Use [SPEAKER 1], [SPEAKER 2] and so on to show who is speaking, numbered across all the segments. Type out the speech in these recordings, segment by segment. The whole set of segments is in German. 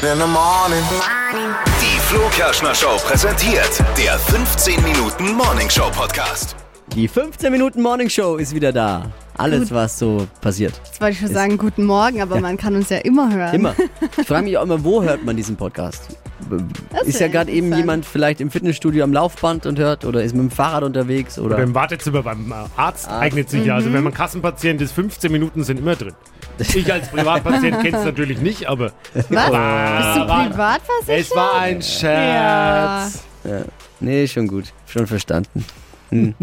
[SPEAKER 1] in the morning.
[SPEAKER 2] Die Flo Kerschner Show präsentiert der 15 Minuten Morning Show Podcast.
[SPEAKER 3] Die 15 Minuten Morning Show ist wieder da. Alles, was so passiert.
[SPEAKER 4] Jetzt wollte ich schon sagen, guten Morgen, aber man kann uns ja immer hören.
[SPEAKER 3] Immer. Ich frage mich auch immer, wo hört man diesen Podcast? ist ja
[SPEAKER 4] wär
[SPEAKER 3] gerade eben
[SPEAKER 4] interessant.
[SPEAKER 3] jemand vielleicht im Fitnessstudio am Laufband und hört oder ist mit dem Fahrrad unterwegs oder.
[SPEAKER 5] Beim Wartezimmer beim äh, Arzt eignet sich ja. Also wenn man Kassenpatient ist, 15 Minuten sind immer drin. Ich als Privatpatient kenne es natürlich nicht, aber
[SPEAKER 4] Was?
[SPEAKER 3] Oh.
[SPEAKER 4] Bist du
[SPEAKER 5] war,
[SPEAKER 4] privat versichert?
[SPEAKER 5] es war ein Scherz.
[SPEAKER 3] Nee, schon gut. Schon verstanden. Hm.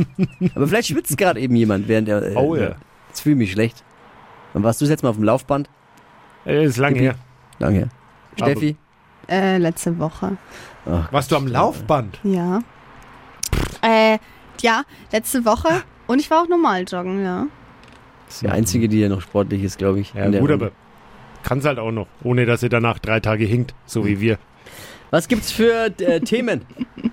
[SPEAKER 3] aber vielleicht schwitzt gerade eben jemand, während er. äh,
[SPEAKER 5] Oh ja.
[SPEAKER 3] Jetzt fühle ich mich schlecht. Dann warst du jetzt mal auf dem Laufband?
[SPEAKER 5] Äh, Ist lange her.
[SPEAKER 3] Lange. Steffi?
[SPEAKER 4] Äh, letzte Woche.
[SPEAKER 5] Warst du am Laufband?
[SPEAKER 4] Ja. Äh, ja, letzte Woche. Und ich war auch normal joggen, ja.
[SPEAKER 3] Ist die einzige, die ja noch sportlich ist, glaube ich.
[SPEAKER 5] Ja,
[SPEAKER 3] in der
[SPEAKER 5] gut,
[SPEAKER 3] Runde.
[SPEAKER 5] aber kann es halt auch noch, ohne dass ihr danach drei Tage hinkt, so wie wir.
[SPEAKER 3] Was gibt's für äh, Themen,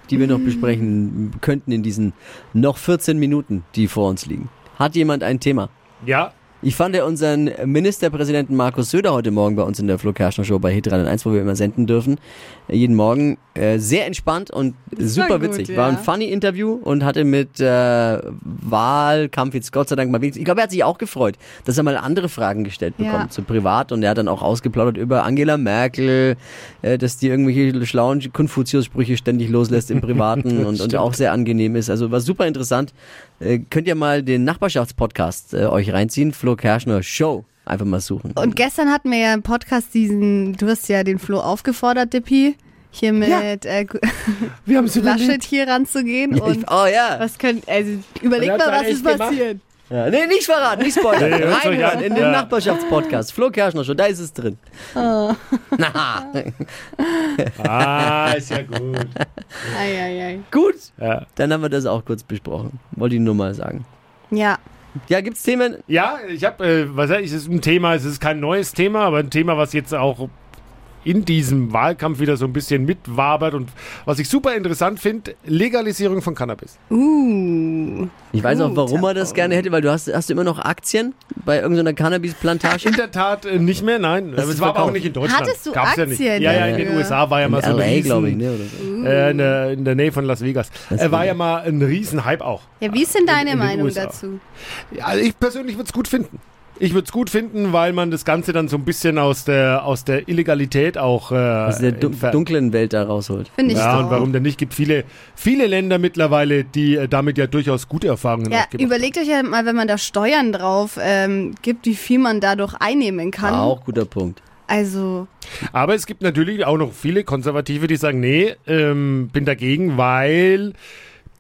[SPEAKER 3] die wir noch besprechen könnten in diesen noch 14 Minuten, die vor uns liegen? Hat jemand ein Thema?
[SPEAKER 5] Ja,
[SPEAKER 3] Ich fand ja unseren Ministerpräsidenten Markus Söder heute Morgen bei uns in der Flo Kerschner Show bei Hit 301, wo wir immer senden dürfen, äh, jeden Morgen äh, sehr entspannt und
[SPEAKER 4] war
[SPEAKER 3] super
[SPEAKER 4] gut,
[SPEAKER 3] witzig.
[SPEAKER 4] ja.
[SPEAKER 3] War ein funny Interview und hatte mit äh, Wahlkampf jetzt Gott sei Dank mal wenigstens. Ich glaube, er hat sich auch gefreut, dass er mal andere Fragen gestellt
[SPEAKER 4] Ja.
[SPEAKER 3] bekommt, zu privat und er hat dann auch ausgeplaudert über Angela Merkel, äh, dass die irgendwelche schlauen Konfuzius-Sprüche ständig loslässt im Privaten und, und auch sehr angenehm ist. Also war super interessant. Äh, könnt ihr mal den Nachbarschaftspodcast äh, euch reinziehen? Flo Kerschner Show. Einfach mal suchen.
[SPEAKER 4] Und gestern hatten wir ja im Podcast diesen, du hast ja den Flo aufgefordert, Dippi, hier mit
[SPEAKER 3] Ja.
[SPEAKER 4] äh, Gu-
[SPEAKER 5] wir haben es
[SPEAKER 4] Laschet hier ranzugehen.
[SPEAKER 3] Ja, ich,
[SPEAKER 4] und
[SPEAKER 3] oh ja.
[SPEAKER 4] was könnt, also überleg
[SPEAKER 5] Und
[SPEAKER 4] mal,
[SPEAKER 5] er
[SPEAKER 4] was
[SPEAKER 5] hat's dann
[SPEAKER 4] ist
[SPEAKER 5] echt gemacht.
[SPEAKER 4] passiert.
[SPEAKER 3] ja. Nee, nicht verraten, nicht spoilern.
[SPEAKER 5] Nee, hört's euch
[SPEAKER 3] Reinhören
[SPEAKER 5] an.
[SPEAKER 3] in den
[SPEAKER 5] Ja.
[SPEAKER 3] Nachbarschaftspodcast. Flo Kerschner Show, da ist es drin.
[SPEAKER 4] Ah.
[SPEAKER 3] Na,
[SPEAKER 5] Ah, ist ja gut.
[SPEAKER 4] Ei, ei, ei.
[SPEAKER 3] gut.
[SPEAKER 5] Ja,
[SPEAKER 3] Dann haben wir das auch kurz besprochen. Wollte ich nur mal sagen.
[SPEAKER 4] Ja,
[SPEAKER 3] Ja, gibt's Themen?
[SPEAKER 5] Ja, ich habe, äh, was sag ich, es ist ein Thema, es ist kein neues Thema, aber ein Thema, was jetzt auch in diesem Wahlkampf wieder so ein bisschen mitwabert und was ich super interessant finde, Legalisierung von Cannabis.
[SPEAKER 4] uh.
[SPEAKER 3] Ich weiß auch,
[SPEAKER 4] Gut,
[SPEAKER 3] warum er
[SPEAKER 4] Herr
[SPEAKER 3] das gerne hätte, weil du hast, hast du immer noch Aktien bei irgendeiner Cannabis-Plantage.
[SPEAKER 5] In der Tat äh, nicht mehr, nein.
[SPEAKER 3] Das
[SPEAKER 5] Aber
[SPEAKER 3] ist
[SPEAKER 5] es war aber auch
[SPEAKER 3] verkauft.
[SPEAKER 5] nicht in Deutschland.
[SPEAKER 4] Hattest du
[SPEAKER 5] Gab's Ja,
[SPEAKER 4] Aktien
[SPEAKER 5] nicht. ja, ja, in
[SPEAKER 4] dafür?
[SPEAKER 5] den USA war ja mal so ein
[SPEAKER 3] LA,
[SPEAKER 5] Riesen,
[SPEAKER 3] glaube ich, ne? Oder so.
[SPEAKER 5] äh, in, der, in der Nähe von Las Vegas.
[SPEAKER 3] Das
[SPEAKER 5] Äh, war
[SPEAKER 3] war-
[SPEAKER 5] ja mal ein Riesenhype auch.
[SPEAKER 4] Ja, wie ist denn deine
[SPEAKER 5] in den
[SPEAKER 4] Meinung
[SPEAKER 5] USA.
[SPEAKER 4] dazu?
[SPEAKER 5] Ja, Also ich persönlich würde es gut finden. Ich würde es gut finden, weil man das Ganze dann so ein bisschen aus der, aus der Illegalität auch äh,
[SPEAKER 3] Aus der dun
[SPEAKER 5] entfernt.
[SPEAKER 3] dunklen Welt da rausholt.
[SPEAKER 4] Finde ich
[SPEAKER 5] Ja,
[SPEAKER 4] doch.
[SPEAKER 5] und warum denn nicht? Gibt viele, viele Länder mittlerweile, die äh, damit ja durchaus gute Erfahrungen
[SPEAKER 4] Ja,
[SPEAKER 5] auch gemacht
[SPEAKER 4] überlegt euch ja mal, wenn man da Steuern drauf ähm, gibt, wie viel man dadurch einnehmen kann.
[SPEAKER 3] Auch guter Punkt.
[SPEAKER 4] Also,
[SPEAKER 5] haben. Aber es gibt natürlich auch noch viele Konservative, die sagen, nee, ähm, bin dagegen, weil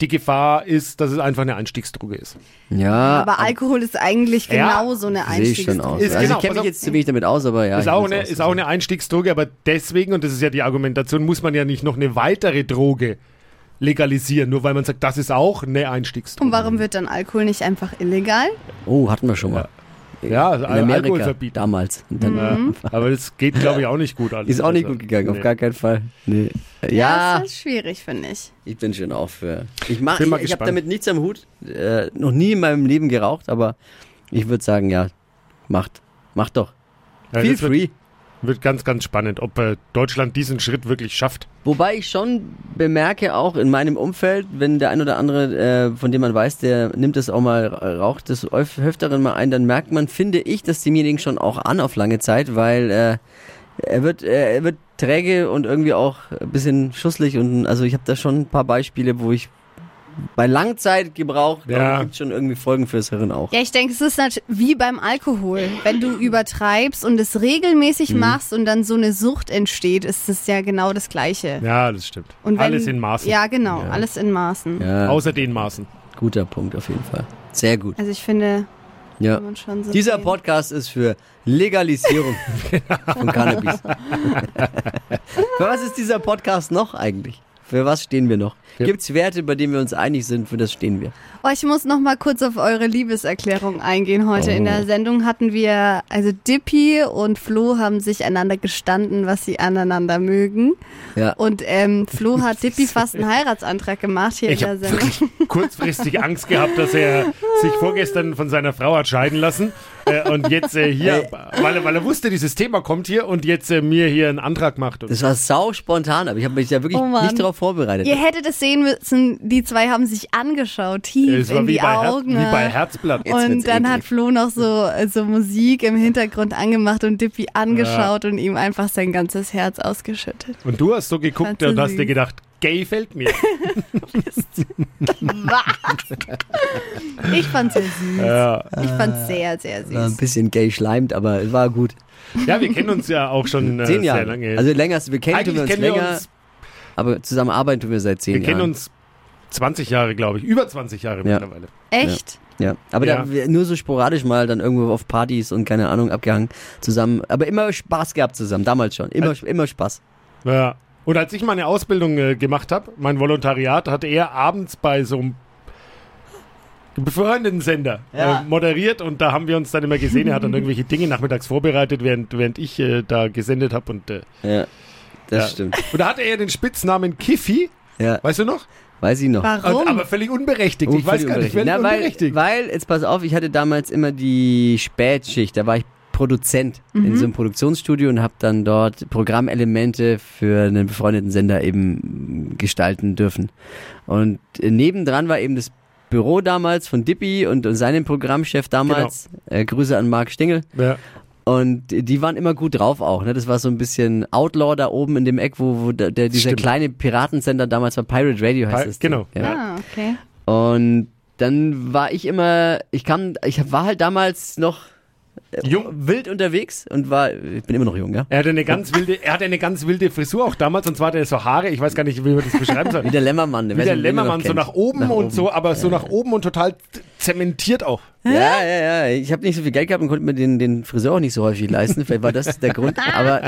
[SPEAKER 5] die Gefahr ist, dass es einfach eine Einstiegsdroge ist.
[SPEAKER 3] Ja,
[SPEAKER 4] aber Alkohol ist eigentlich
[SPEAKER 5] Ja,
[SPEAKER 4] genau so eine
[SPEAKER 3] Ah, sehe ich schon
[SPEAKER 4] Einstiegsdroge.
[SPEAKER 3] aus.
[SPEAKER 5] Ist
[SPEAKER 3] also
[SPEAKER 5] genau,
[SPEAKER 3] ich kenne
[SPEAKER 5] pass
[SPEAKER 3] mich
[SPEAKER 5] auf.
[SPEAKER 3] jetzt zu wenig damit aus, aber ja.
[SPEAKER 5] ist,
[SPEAKER 3] ich
[SPEAKER 5] auch
[SPEAKER 3] würd's
[SPEAKER 5] eine, ist
[SPEAKER 3] so
[SPEAKER 5] auch ne-
[SPEAKER 3] sagen.
[SPEAKER 5] eine Einstiegsdroge, aber deswegen, und das ist ja die Argumentation, muss man ja nicht noch eine weitere Droge legalisieren, nur weil man sagt, das ist auch eine
[SPEAKER 4] Und
[SPEAKER 5] Einstiegsdroge.
[SPEAKER 4] warum wird dann Alkohol nicht einfach illegal?
[SPEAKER 3] Oh, hatten wir schon mal.
[SPEAKER 5] Ja, also
[SPEAKER 3] In
[SPEAKER 5] Al-
[SPEAKER 3] Amerika
[SPEAKER 5] Alkohol verbieten.
[SPEAKER 3] damals. Und dann,
[SPEAKER 5] Ja,
[SPEAKER 4] Mhm.
[SPEAKER 5] aber das geht, glaube ich, auch nicht gut. Alles.
[SPEAKER 3] Ist auch nicht
[SPEAKER 5] Also,
[SPEAKER 3] gut gegangen, auf
[SPEAKER 5] nee.
[SPEAKER 3] gar keinen Fall. Nee.
[SPEAKER 4] Ja,
[SPEAKER 3] Ja,
[SPEAKER 4] das ist schwierig, finde ich.
[SPEAKER 3] ich bin schon auch für. Ich, mach-
[SPEAKER 5] Bin mal
[SPEAKER 3] ich, ich habe
[SPEAKER 5] gespannt.
[SPEAKER 3] damit nichts am Hut. Äh, noch nie in meinem Leben geraucht, aber ich würde sagen, ja, macht. Macht doch.
[SPEAKER 5] Ja,
[SPEAKER 3] Feel
[SPEAKER 5] das wird,
[SPEAKER 3] free.
[SPEAKER 5] wird ganz, ganz spannend, ob äh, Deutschland diesen Schritt wirklich schafft.
[SPEAKER 3] Wobei ich schon bemerke, auch in meinem Umfeld, wenn der ein oder andere, äh, von dem man weiß, der nimmt das auch mal, äh, raucht das öf- öfteren mal ein, dann merkt man, finde ich, das demjenigen schon auch an auf lange Zeit, weil äh, er wird, äh, er wird träge und irgendwie auch ein bisschen schusslich und also ich habe da schon ein paar Beispiele, wo ich bei Langzeitgebrauch
[SPEAKER 5] Ja.
[SPEAKER 3] gibt schon irgendwie Folgen fürs Hirn auch.
[SPEAKER 4] Ja, ich denke, es ist natürlich wie beim Alkohol. Wenn du übertreibst und es regelmäßig
[SPEAKER 3] Mhm.
[SPEAKER 4] machst und dann so eine Sucht entsteht, ist es ja genau das Gleiche.
[SPEAKER 5] Ja, das stimmt.
[SPEAKER 4] Und wenn,
[SPEAKER 5] Alles in Maßen.
[SPEAKER 4] Ja, genau, alles in Maßen.
[SPEAKER 3] Ja,
[SPEAKER 5] Außer den Maßen.
[SPEAKER 3] guter Punkt auf jeden Fall. Sehr gut.
[SPEAKER 4] Also ich finde,
[SPEAKER 3] Ja.
[SPEAKER 4] kann man schon so
[SPEAKER 3] Dieser
[SPEAKER 4] sehen.
[SPEAKER 3] Podcast ist für Legalisierung von Cannabis. für was ist dieser Podcast noch eigentlich? Für was stehen wir noch?
[SPEAKER 5] Ja.
[SPEAKER 3] Gibt's Werte, bei denen wir uns einig sind, für das stehen wir?
[SPEAKER 4] Oh, ich muss noch mal kurz auf eure Liebeserklärung eingehen. Heute in
[SPEAKER 5] Oh.
[SPEAKER 4] der Sendung hatten wir, also Dippy und Flo haben sich einander gestanden, was sie aneinander mögen.
[SPEAKER 3] Ja.
[SPEAKER 4] Und ähm, Flo hat Dippy fast einen Heiratsantrag gemacht hier
[SPEAKER 5] Ich
[SPEAKER 4] in
[SPEAKER 5] habe
[SPEAKER 4] der Sendung.
[SPEAKER 5] wirklich kurzfristig Angst gehabt, dass er sich vorgestern von seiner Frau hat scheiden lassen Äh, und jetzt äh, hier, weil, er- weil er wusste, dieses Thema kommt hier und jetzt äh, mir hier einen Antrag macht. Und
[SPEAKER 3] Das war sau spontan, aber ich habe mich da wirklich
[SPEAKER 4] Oh Mann.
[SPEAKER 3] nicht darauf vorbereitet.
[SPEAKER 4] Ihr hättet es sehen müssen, die zwei haben sich angeschaut,
[SPEAKER 5] äh,
[SPEAKER 4] tief in die
[SPEAKER 5] Herz-
[SPEAKER 4] Augen. ne?
[SPEAKER 5] wie bei Herzblatt.
[SPEAKER 3] Jetzt wird's
[SPEAKER 4] und dann
[SPEAKER 3] eklig.
[SPEAKER 4] hat Flo noch so, äh, so Musik im Hintergrund angemacht und Dippy angeschaut und ihm einfach sein ganzes Herz ausgeschüttet.
[SPEAKER 5] Und du hast so geguckt
[SPEAKER 4] Fand's so
[SPEAKER 5] und hast
[SPEAKER 4] süß.
[SPEAKER 5] dir gedacht, gay fällt mir.
[SPEAKER 4] Ich fand's sehr süß.
[SPEAKER 5] ja.
[SPEAKER 4] Ich
[SPEAKER 5] Äh,
[SPEAKER 4] fand's sehr, sehr
[SPEAKER 3] War ein
[SPEAKER 4] süß.
[SPEAKER 3] bisschen gay schleimt, aber es war gut.
[SPEAKER 5] ja, wir kennen uns ja auch schon äh,
[SPEAKER 3] Zehn
[SPEAKER 5] sehr
[SPEAKER 3] Jahre.
[SPEAKER 5] lange.
[SPEAKER 3] Also länger, wir kennen, tun wir
[SPEAKER 5] Eigentlich
[SPEAKER 3] uns
[SPEAKER 5] kennen wir
[SPEAKER 3] länger,
[SPEAKER 5] uns,
[SPEAKER 3] aber zusammen arbeiten tun wir seit zehn
[SPEAKER 5] wir
[SPEAKER 3] Jahren.
[SPEAKER 5] kennen uns 20 Jahre, glaube ich. Über 20 Jahre
[SPEAKER 3] Ja.
[SPEAKER 5] mittlerweile.
[SPEAKER 4] Echt?
[SPEAKER 3] Ja, aber
[SPEAKER 5] Ja.
[SPEAKER 3] Da, wir- nur so sporadisch mal dann irgendwo auf Partys und keine Ahnung abgehangen zusammen. Aber immer Spaß gehabt zusammen, damals schon. Immer,
[SPEAKER 5] Also
[SPEAKER 3] immer Spaß.
[SPEAKER 5] Ja. Und als ich meine Ausbildung äh, gemacht habe, mein Volontariat, hatte er abends bei so einem befreundeten Sender
[SPEAKER 3] Ja.
[SPEAKER 5] äh, moderiert und da haben wir uns dann immer gesehen. Er hat dann irgendwelche Dinge nachmittags vorbereitet, während, während ich äh, da gesendet habe. Und, äh,
[SPEAKER 3] Ja, das
[SPEAKER 5] ja.
[SPEAKER 3] stimmt.
[SPEAKER 5] Und da hatte er den Spitznamen Kiffi,
[SPEAKER 3] Ja,
[SPEAKER 5] weißt du noch?
[SPEAKER 3] weiß ich noch.
[SPEAKER 4] Warum?
[SPEAKER 5] Und, aber völlig unberechtigt. ich weiß
[SPEAKER 3] Oh, Völlig
[SPEAKER 5] gar nicht, völlig
[SPEAKER 3] Na, weil,
[SPEAKER 5] unberechtigt.
[SPEAKER 3] weil, jetzt pass auf, ich hatte damals immer die Spätschicht, da war ich Produzent in so einem Produktionsstudio und habe dann dort Programmelemente für einen befreundeten Sender eben gestalten dürfen. Und äh, nebendran war eben das Büro damals von Dippy und, und seinem Programmchef damals.
[SPEAKER 5] Genau.
[SPEAKER 3] Äh, Grüße an Marc Stingel.
[SPEAKER 5] ja.
[SPEAKER 3] Und die waren immer gut drauf auch. Ne? Das war so ein bisschen Outlaw da oben in dem Eck, wo, wo der, der, dieser
[SPEAKER 5] Stimmt.
[SPEAKER 3] kleine Piratensender damals war. Pirate Radio heißt
[SPEAKER 5] Pi-
[SPEAKER 3] es. Ding.
[SPEAKER 5] genau.
[SPEAKER 3] Ja.
[SPEAKER 4] Ah, okay.
[SPEAKER 3] Und dann war ich immer, ich kam, ich war halt damals noch Äh,
[SPEAKER 5] Jung.
[SPEAKER 3] wild unterwegs und war, ich bin immer noch jung, ja?
[SPEAKER 5] Er hatte eine ganz wilde, er hatte eine ganz wilde Frisur auch damals, und zwar hatte er so Haare, ich weiß gar nicht, wie man das beschreiben soll.
[SPEAKER 3] Wie der Lämmermann.
[SPEAKER 5] Wie der Lämmermann, so nach oben und so, aber so nach oben und total z- zementiert auch.
[SPEAKER 3] Ja, ja, ja. Ich habe nicht so viel Geld gehabt und konnte mir den, den Friseur auch nicht so häufig leisten. Vielleicht war das der Grund. Aber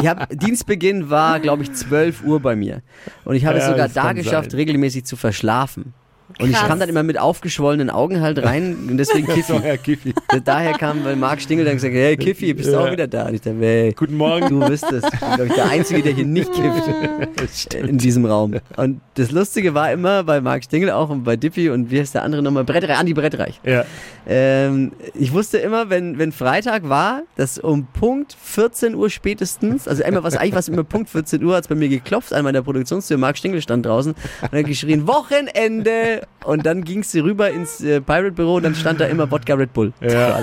[SPEAKER 3] ich hab, Dienstbeginn war, glaube ich, 12 Uhr bei mir. Und ich habe es
[SPEAKER 5] Ja,
[SPEAKER 3] sogar
[SPEAKER 5] das
[SPEAKER 3] da
[SPEAKER 5] kann
[SPEAKER 3] geschafft,
[SPEAKER 5] sein.
[SPEAKER 3] regelmäßig zu verschlafen. Und ich
[SPEAKER 4] Krass.
[SPEAKER 3] kam dann immer mit aufgeschwollenen Augen halt rein und deswegen Kiffi.
[SPEAKER 5] Herr Kiffi.
[SPEAKER 3] Daher kam, weil Marc Stingel dann gesagt hat, hey Kiffi, bist du
[SPEAKER 5] Ja.
[SPEAKER 3] auch wieder da? Und ich dachte, hey,
[SPEAKER 5] Guten Morgen.
[SPEAKER 3] Du bist es. Ich bin, glaube ich, der Einzige, der hier nicht kifft in diesem Raum. Und das Lustige war immer bei Marc Stingel auch und bei Dippy und wie heißt der andere nochmal? Brettreich, Andi Brettreich.
[SPEAKER 5] Ja.
[SPEAKER 3] Ähm, ich wusste immer, wenn, wenn Freitag war, dass um Punkt 14 Uhr spätestens, also immer was, eigentlich was immer Punkt 14 Uhr, hat's bei mir geklopft an meiner Produktionstür, Marc Stingel stand draußen und hat geschrien, Wochenende! Und dann ging's sie rüber ins äh, Pirate-Büro und dann stand da immer Wodka Red Bull.
[SPEAKER 5] ja.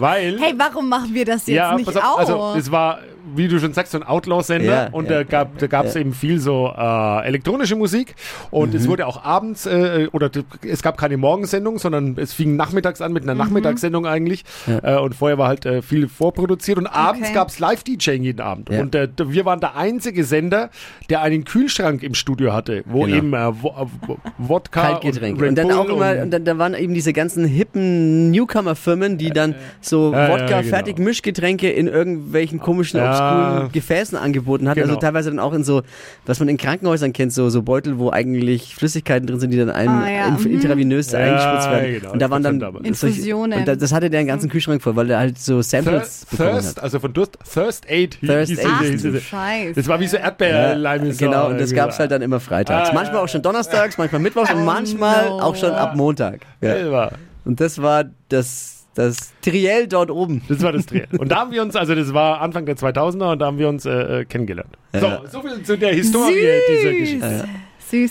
[SPEAKER 5] Weil.
[SPEAKER 4] Hey, warum machen wir das jetzt
[SPEAKER 5] ja,
[SPEAKER 4] nicht
[SPEAKER 5] pass auf,
[SPEAKER 4] auch?
[SPEAKER 5] also es war, wie du schon sagst, so ein Outlaw-Sender
[SPEAKER 3] Ja,
[SPEAKER 5] und
[SPEAKER 3] ja,
[SPEAKER 5] da gab es
[SPEAKER 3] ja. Mhm.
[SPEAKER 5] eben viel so äh, elektronische Musik und es wurde auch abends äh, oder d- es gab keine Morgensendung, sondern es fing nachmittags an mit
[SPEAKER 4] Mhm.
[SPEAKER 5] einer Nachmittagssendung eigentlich äh, und vorher war halt äh, viel vorproduziert und abends
[SPEAKER 4] Okay.
[SPEAKER 5] gab es Live-DJing jeden Abend
[SPEAKER 3] Ja.
[SPEAKER 5] und äh, d- wir waren der einzige Sender, der einen Kühlschrank im Studio hatte, wo
[SPEAKER 3] Genau.
[SPEAKER 5] eben äh, wo, äh, Wodka
[SPEAKER 3] Kaltgetränke.
[SPEAKER 5] Ah, Red
[SPEAKER 3] Und, dann
[SPEAKER 5] Bull
[SPEAKER 3] auch immer, und dann, da waren eben diese ganzen hippen Newcomer-Firmen, die dann so
[SPEAKER 5] ja,
[SPEAKER 3] Wodka,
[SPEAKER 5] genau.
[SPEAKER 3] fertig Mischgetränke in irgendwelchen komischen,
[SPEAKER 5] Ja.
[SPEAKER 3] obskuren Gefäßen angeboten hat. Also
[SPEAKER 5] Genau.
[SPEAKER 3] teilweise dann auch in so, was man in Krankenhäusern kennt, so, so Beutel, wo eigentlich Flüssigkeiten drin sind, die dann einem
[SPEAKER 4] Ah, ja,
[SPEAKER 3] inf-
[SPEAKER 4] mhm.
[SPEAKER 3] intravenös
[SPEAKER 5] Ja,
[SPEAKER 3] eingespritzt werden.
[SPEAKER 5] genau,
[SPEAKER 3] und da
[SPEAKER 5] das
[SPEAKER 3] waren dann
[SPEAKER 5] stimmt aber.
[SPEAKER 3] solche-
[SPEAKER 4] Infusionen.
[SPEAKER 3] Und da, das hatte der einen ganzen Kühlschrank voll, weil er halt so Samples
[SPEAKER 5] Thirst,
[SPEAKER 3] bekommen
[SPEAKER 5] Thirst
[SPEAKER 3] hat.
[SPEAKER 5] also von Durst, Thirst Aid hieß-
[SPEAKER 3] Thirst
[SPEAKER 5] hieß
[SPEAKER 3] Aid.
[SPEAKER 5] diese-
[SPEAKER 4] Ach,
[SPEAKER 5] hieß
[SPEAKER 4] du
[SPEAKER 5] diese-
[SPEAKER 4] Scheiße.
[SPEAKER 5] Das war wie so Erdbeerleim
[SPEAKER 3] Ja, genau, und das gab's halt dann immer freitags.
[SPEAKER 5] Ah, ja,
[SPEAKER 3] manchmal auch schon donnerstags, manchmal mittwochs und manchmal
[SPEAKER 4] Oh, no.
[SPEAKER 3] auch schon ab Montag. Ja.
[SPEAKER 5] Selber.
[SPEAKER 3] Und das war das, das Triell dort oben.
[SPEAKER 5] Das war das Dreh. Und da haben wir uns, also das war Anfang der 2000er und da haben wir uns äh, äh, kennengelernt.
[SPEAKER 3] Ja.
[SPEAKER 5] So, so viel zu der Historie dieser Geschichte.
[SPEAKER 4] süß.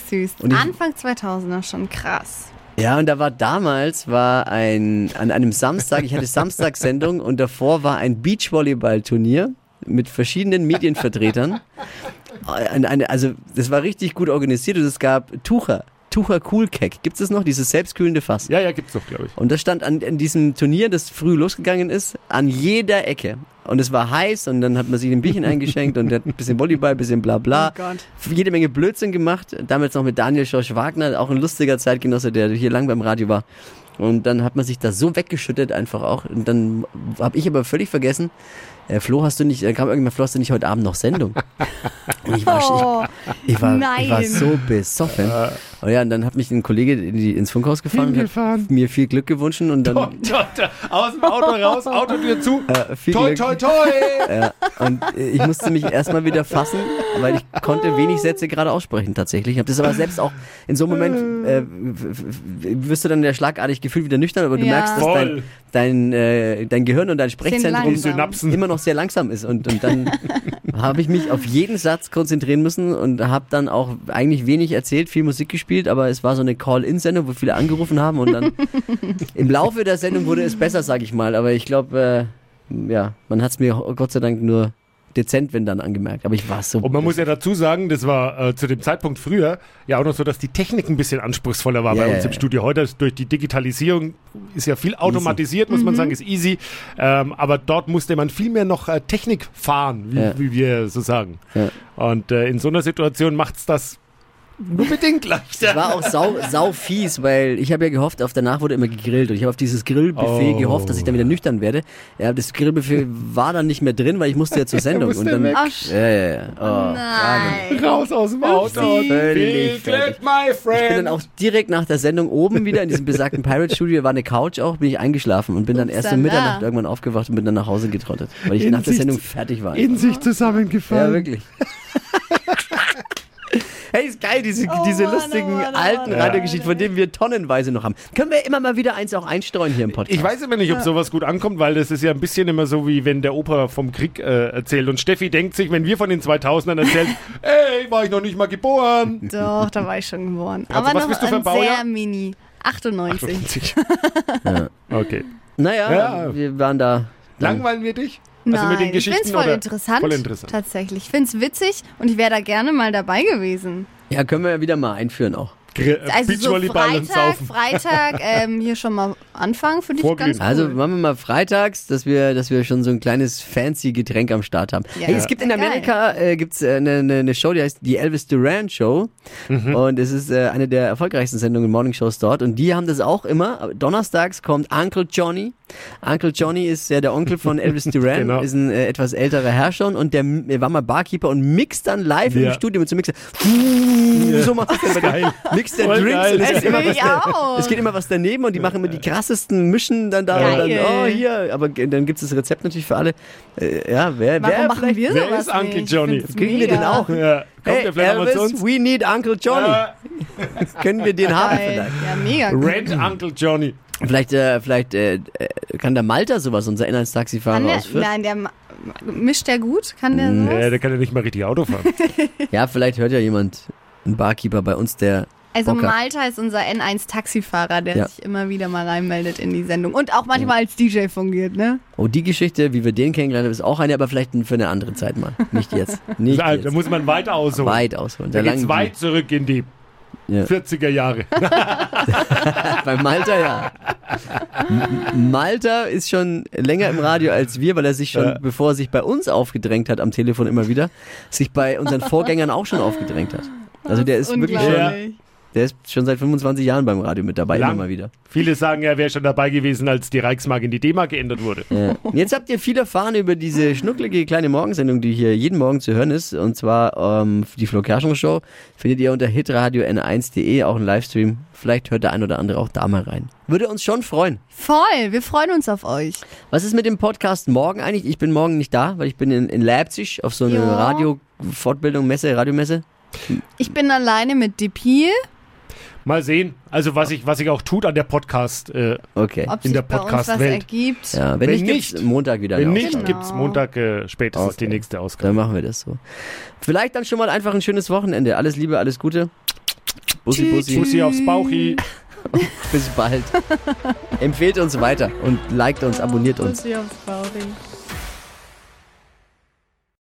[SPEAKER 4] Süß, süß.
[SPEAKER 3] Und ich-
[SPEAKER 4] Anfang 2000er schon krass.
[SPEAKER 3] Ja, und da war damals, war ein, an einem Samstag, ich hatte Samstagssendung und davor war ein Beachvolleyballturnier mit verschiedenen Medienvertretern. Ein- eine- Also, das war richtig gut organisiert und es gab Tucher, Tucher Coolcake. Gibt es noch? Dieses selbstkühlende Fass.
[SPEAKER 5] Ja, ja, gibt's doch, glaube ich.
[SPEAKER 3] Und das stand an, in diesem Turnier, das früh losgegangen ist, an jeder Ecke. Und es war heiß und dann hat man sich ein Bierchen eingeschenkt und hat ein bisschen Volleyball, ein bisschen bla bla.
[SPEAKER 4] Oh Gott.
[SPEAKER 3] Jede Menge Blödsinn gemacht. Damals noch mit Daniel Schorsch Wagner, auch ein lustiger Zeitgenosse, der hier lang beim Radio war. Und dann hat man sich da so weggeschüttet einfach auch. Und dann habe ich aber völlig vergessen, äh, Flo, hast du nicht, da kam irgendwann, Flo, hast du nicht heute Abend noch Sendung? Und ich war, ich,
[SPEAKER 4] Oh,
[SPEAKER 3] ich war, ich
[SPEAKER 4] Nein.
[SPEAKER 3] war so besoffen. Oh ja, und dann hat mich ein Kollege in die, ins Funkhaus gefahren und
[SPEAKER 5] Hingefahren.
[SPEAKER 3] hat mir viel Glück gewünscht und dann
[SPEAKER 5] Und, und, äh, aus dem Auto raus, Autotür zu.
[SPEAKER 3] äh, viel
[SPEAKER 5] toi,
[SPEAKER 3] Glück.
[SPEAKER 5] toi, toi.
[SPEAKER 3] Ja, und äh, ich musste mich erstmal wieder fassen, weil ich konnte wenig Sätze gerade aussprechen tatsächlich. Ich habe das aber selbst auch in so einem Moment äh, w- w- w- wirst du dann der schlagartig gefühlt wieder nüchtern, aber du
[SPEAKER 4] Ja.
[SPEAKER 3] merkst, dass dein,
[SPEAKER 5] Voll.
[SPEAKER 3] dein, äh, dein Gehirn und dein Sprechzentrum
[SPEAKER 4] langsam.
[SPEAKER 5] Synapsen.
[SPEAKER 3] immer noch sehr langsam ist. Und, und dann habe ich mich auf jeden Satz konzentrieren müssen und habe dann auch eigentlich wenig erzählt, viel Musik gespielt, aber es war so eine Call-In-Sendung, wo viele angerufen haben und dann im Laufe der Sendung wurde es besser, sage ich mal. Aber ich glaube, äh, ja, man hat es mir Gott sei Dank nur dezent, wenn dann angemerkt. Aber ich war so.
[SPEAKER 5] Und man muss ja dazu sagen, das war äh, zu dem Zeitpunkt früher ja auch noch so, dass die Technik ein bisschen anspruchsvoller war
[SPEAKER 3] Ja,
[SPEAKER 5] bei
[SPEAKER 3] ja,
[SPEAKER 5] uns im
[SPEAKER 3] ja.
[SPEAKER 5] Studio. Heute ist durch die Digitalisierung ist ja viel automatisiert, muss man sagen, ist easy. Ähm, aber dort musste man viel mehr noch äh, Technik fahren, wie,
[SPEAKER 3] Ja.
[SPEAKER 5] wie wir so sagen.
[SPEAKER 3] Ja.
[SPEAKER 5] Und äh, in so einer Situation macht's das nur bedingt leichter.
[SPEAKER 3] Es war auch sau, sau fies, weil ich habe ja gehofft, auf danach wurde immer gegrillt und ich habe auf dieses Grillbuffet
[SPEAKER 5] Oh.
[SPEAKER 3] gehofft, dass ich dann wieder nüchtern werde. Ja, das Grillbuffet war dann nicht mehr drin, weil ich musste ja zur Sendung
[SPEAKER 5] musste
[SPEAKER 3] und dann
[SPEAKER 5] weg.
[SPEAKER 4] Ach, sch-
[SPEAKER 3] ja, ja, ja. Oh.
[SPEAKER 4] nein.
[SPEAKER 5] Raus aus dem Auto.
[SPEAKER 4] Upsi.
[SPEAKER 3] Völlig fertig.
[SPEAKER 5] Glück, my friend.
[SPEAKER 3] Ich bin dann auch direkt nach der Sendung oben wieder in diesem besagten Pirate Studio, war eine Couch auch, bin ich eingeschlafen und bin dann
[SPEAKER 4] Ups,
[SPEAKER 3] erst
[SPEAKER 4] dann
[SPEAKER 3] um Mitternacht
[SPEAKER 4] da.
[SPEAKER 3] irgendwann aufgewacht und bin dann nach Hause getrottet, weil ich
[SPEAKER 5] In
[SPEAKER 3] nach der
[SPEAKER 5] sich-
[SPEAKER 3] Sendung fertig war.
[SPEAKER 5] in sich zusammengefallen.
[SPEAKER 3] Ja, wirklich. hey, ist geil, diese, diese
[SPEAKER 4] Mann, oh
[SPEAKER 3] lustigen
[SPEAKER 4] Mann, oh
[SPEAKER 3] alten
[SPEAKER 4] Mann,
[SPEAKER 3] Radiogeschichten, von denen wir tonnenweise noch haben. Können wir immer mal wieder eins auch einstreuen hier im Podcast?
[SPEAKER 5] Ich weiß immer nicht, ob sowas gut ankommt, weil das ist ja ein bisschen immer so, wie wenn der Opa vom Krieg äh, erzählt. Und Steffi denkt sich, wenn wir von den 2000ern erzählen, ey, war ich noch nicht mal geboren.
[SPEAKER 4] Doch, da war ich schon geboren.
[SPEAKER 5] Also,
[SPEAKER 4] Aber
[SPEAKER 5] was
[SPEAKER 4] noch
[SPEAKER 5] bist du für ein
[SPEAKER 4] ähm,
[SPEAKER 5] Baujahr?
[SPEAKER 4] sehr
[SPEAKER 5] Also
[SPEAKER 4] mini. 98.
[SPEAKER 5] Okay.
[SPEAKER 3] Naja,
[SPEAKER 5] Ja.
[SPEAKER 3] wir waren da.
[SPEAKER 5] Langweilen wir dich?
[SPEAKER 4] Nein,
[SPEAKER 5] also mit den
[SPEAKER 4] ich
[SPEAKER 5] Geschichten
[SPEAKER 4] find's voll
[SPEAKER 5] oder?
[SPEAKER 4] interessant.
[SPEAKER 5] Voll interessant.
[SPEAKER 4] Tatsächlich. Ich find's witzig und ich wäre da gerne mal dabei gewesen.
[SPEAKER 3] Ja, können wir ja wieder mal einführen auch.
[SPEAKER 5] Gr- äh,
[SPEAKER 4] Also so
[SPEAKER 5] Beachvolleyball und
[SPEAKER 4] Freitag,
[SPEAKER 5] Saufen.
[SPEAKER 4] Freitag ähm, hier schon mal anfangen, finde ich
[SPEAKER 5] Vorglühen.
[SPEAKER 4] ganz cool.
[SPEAKER 3] Also machen wir mal freitags, dass wir, dass wir schon so ein kleines fancy Getränk am Start haben.
[SPEAKER 4] Ja.
[SPEAKER 3] Hey, es gibt in
[SPEAKER 4] Geil.
[SPEAKER 3] Amerika äh, gibt's äh, eine, eine, eine Show, die heißt die Elvis Duran Show und es ist äh, eine der erfolgreichsten Sendungen Morning Shows dort und die haben das auch immer. Donnerstags kommt Uncle Johnny. Uncle Johnny ist ja der Onkel von Elvis Duran,
[SPEAKER 5] Genau.
[SPEAKER 3] ist ein äh, etwas älterer Herr schon und der m- war mal Barkeeper und mixt dann live
[SPEAKER 5] Ja.
[SPEAKER 3] im Studio mit so einem Mixer. So macht das
[SPEAKER 5] Geil.
[SPEAKER 3] Mixt der
[SPEAKER 5] Voll
[SPEAKER 3] Drinks
[SPEAKER 5] geil.
[SPEAKER 3] und es
[SPEAKER 4] Das
[SPEAKER 3] ist immer
[SPEAKER 4] will
[SPEAKER 3] was
[SPEAKER 4] ich auch.
[SPEAKER 3] es geht immer was daneben und die machen immer die krassesten Mischen dann da. Und
[SPEAKER 4] Geil.
[SPEAKER 3] dann, oh, hier. Aber g- dann gibt es das Rezept natürlich für alle. Äh, ja, wer,
[SPEAKER 4] Warum
[SPEAKER 3] wer
[SPEAKER 4] machen wir
[SPEAKER 5] wer
[SPEAKER 4] sowas
[SPEAKER 5] ist Uncle
[SPEAKER 4] nicht?
[SPEAKER 5] Johnny?
[SPEAKER 4] Ich find's
[SPEAKER 3] Kriegen wir
[SPEAKER 4] mega.
[SPEAKER 3] den auch?
[SPEAKER 5] Ja. Kommt
[SPEAKER 3] Hey,
[SPEAKER 5] ihr vielleicht mal zu uns?
[SPEAKER 3] Elvis, we need Uncle Johnny.
[SPEAKER 5] Äh,
[SPEAKER 3] Können wir den haben
[SPEAKER 4] Geil.
[SPEAKER 3] vielleicht?
[SPEAKER 4] Ja, mega. cool.
[SPEAKER 5] Red Uncle Johnny.
[SPEAKER 3] Vielleicht, äh, vielleicht äh, äh, kann der Malta sowas, unser
[SPEAKER 4] Kann
[SPEAKER 3] Inlandstaxifahrer
[SPEAKER 4] der,
[SPEAKER 3] aus Fürth.
[SPEAKER 4] nein, der ma- mischt der gut? Kann der
[SPEAKER 5] Nee,
[SPEAKER 4] sowas?
[SPEAKER 5] der kann ja nicht mal richtig Auto fahren.
[SPEAKER 3] Ja, vielleicht hört ja jemand, ein Barkeeper bei uns, der
[SPEAKER 4] Also
[SPEAKER 3] Bock hat.
[SPEAKER 4] Malta ist unser N1-Taxifahrer, der
[SPEAKER 3] Ja.
[SPEAKER 4] sich immer wieder mal reinmeldet in die Sendung. Und auch manchmal als DJ fungiert, ne?
[SPEAKER 3] Oh, die Geschichte, wie wir den kennengelernt haben, ist auch eine, aber vielleicht für eine andere Zeit mal. Nicht jetzt. Nicht
[SPEAKER 5] Da, Also, da
[SPEAKER 3] jetzt.
[SPEAKER 5] muss man weit ausholen.
[SPEAKER 3] Weit ausholen.
[SPEAKER 5] Da
[SPEAKER 3] Der
[SPEAKER 5] geht's
[SPEAKER 3] langen-
[SPEAKER 5] weit zurück in die
[SPEAKER 3] Ja.
[SPEAKER 5] 40er Jahre.
[SPEAKER 3] Bei Malta ja. M- Malta ist schon länger im Radio als wir, weil er sich schon,
[SPEAKER 5] Ja.
[SPEAKER 3] bevor er sich bei uns aufgedrängt hat am Telefon immer wieder, sich bei unseren Vorgängern auch schon aufgedrängt hat. Also der ist wirklich
[SPEAKER 5] unglaublich.
[SPEAKER 3] schon, der ist schon seit 25 Jahren beim Radio mit dabei,
[SPEAKER 5] Lang.
[SPEAKER 3] immer mal wieder.
[SPEAKER 5] Viele sagen, er wäre schon dabei gewesen, als die Reichsmark in die D-Mark geändert wurde.
[SPEAKER 3] Ja. Und Jetzt habt ihr viel erfahren über diese schnucklige kleine Morgensendung, die hier jeden Morgen zu hören ist. Und zwar ähm, die Flo Kerschner Show findet ihr unter hitradio n1.de, auch ein Livestream. Vielleicht hört der ein oder andere auch da mal rein. Würde uns schon freuen.
[SPEAKER 4] Voll, wir freuen uns auf euch.
[SPEAKER 3] Was ist mit dem Podcast morgen eigentlich? Ich bin morgen nicht da, weil ich bin in, in Leipzig auf so eine
[SPEAKER 4] Ja.
[SPEAKER 3] Radio-Fortbildung, Messe, Radiomesse.
[SPEAKER 4] Ich bin alleine mit DP.
[SPEAKER 5] Mal sehen. Also was ich, was ich auch tut an der Podcast. Äh,
[SPEAKER 3] Okay.
[SPEAKER 4] Ob
[SPEAKER 5] In
[SPEAKER 4] sich
[SPEAKER 5] der
[SPEAKER 4] bei uns was
[SPEAKER 5] Podcast-Welt.
[SPEAKER 4] ergibt.
[SPEAKER 3] ja, wenn,
[SPEAKER 5] wenn
[SPEAKER 3] nicht, gibt's
[SPEAKER 5] nicht-
[SPEAKER 3] Montag wieder.
[SPEAKER 5] wenn
[SPEAKER 3] eine
[SPEAKER 5] nicht,
[SPEAKER 3] Ausgabe.
[SPEAKER 4] Genau.
[SPEAKER 5] gibt's Montag äh, spätestens
[SPEAKER 3] Okay.
[SPEAKER 5] die nächste Ausgabe.
[SPEAKER 3] Dann machen wir das so. Vielleicht dann schon mal einfach ein schönes Wochenende. Alles Liebe, alles Gute. Bussi, Bussi.
[SPEAKER 5] Bussi aufs Bauchi.
[SPEAKER 3] Bis bald. Empfehlt uns weiter und liked uns, abonniert uns.
[SPEAKER 4] Bussi aufs Bauring.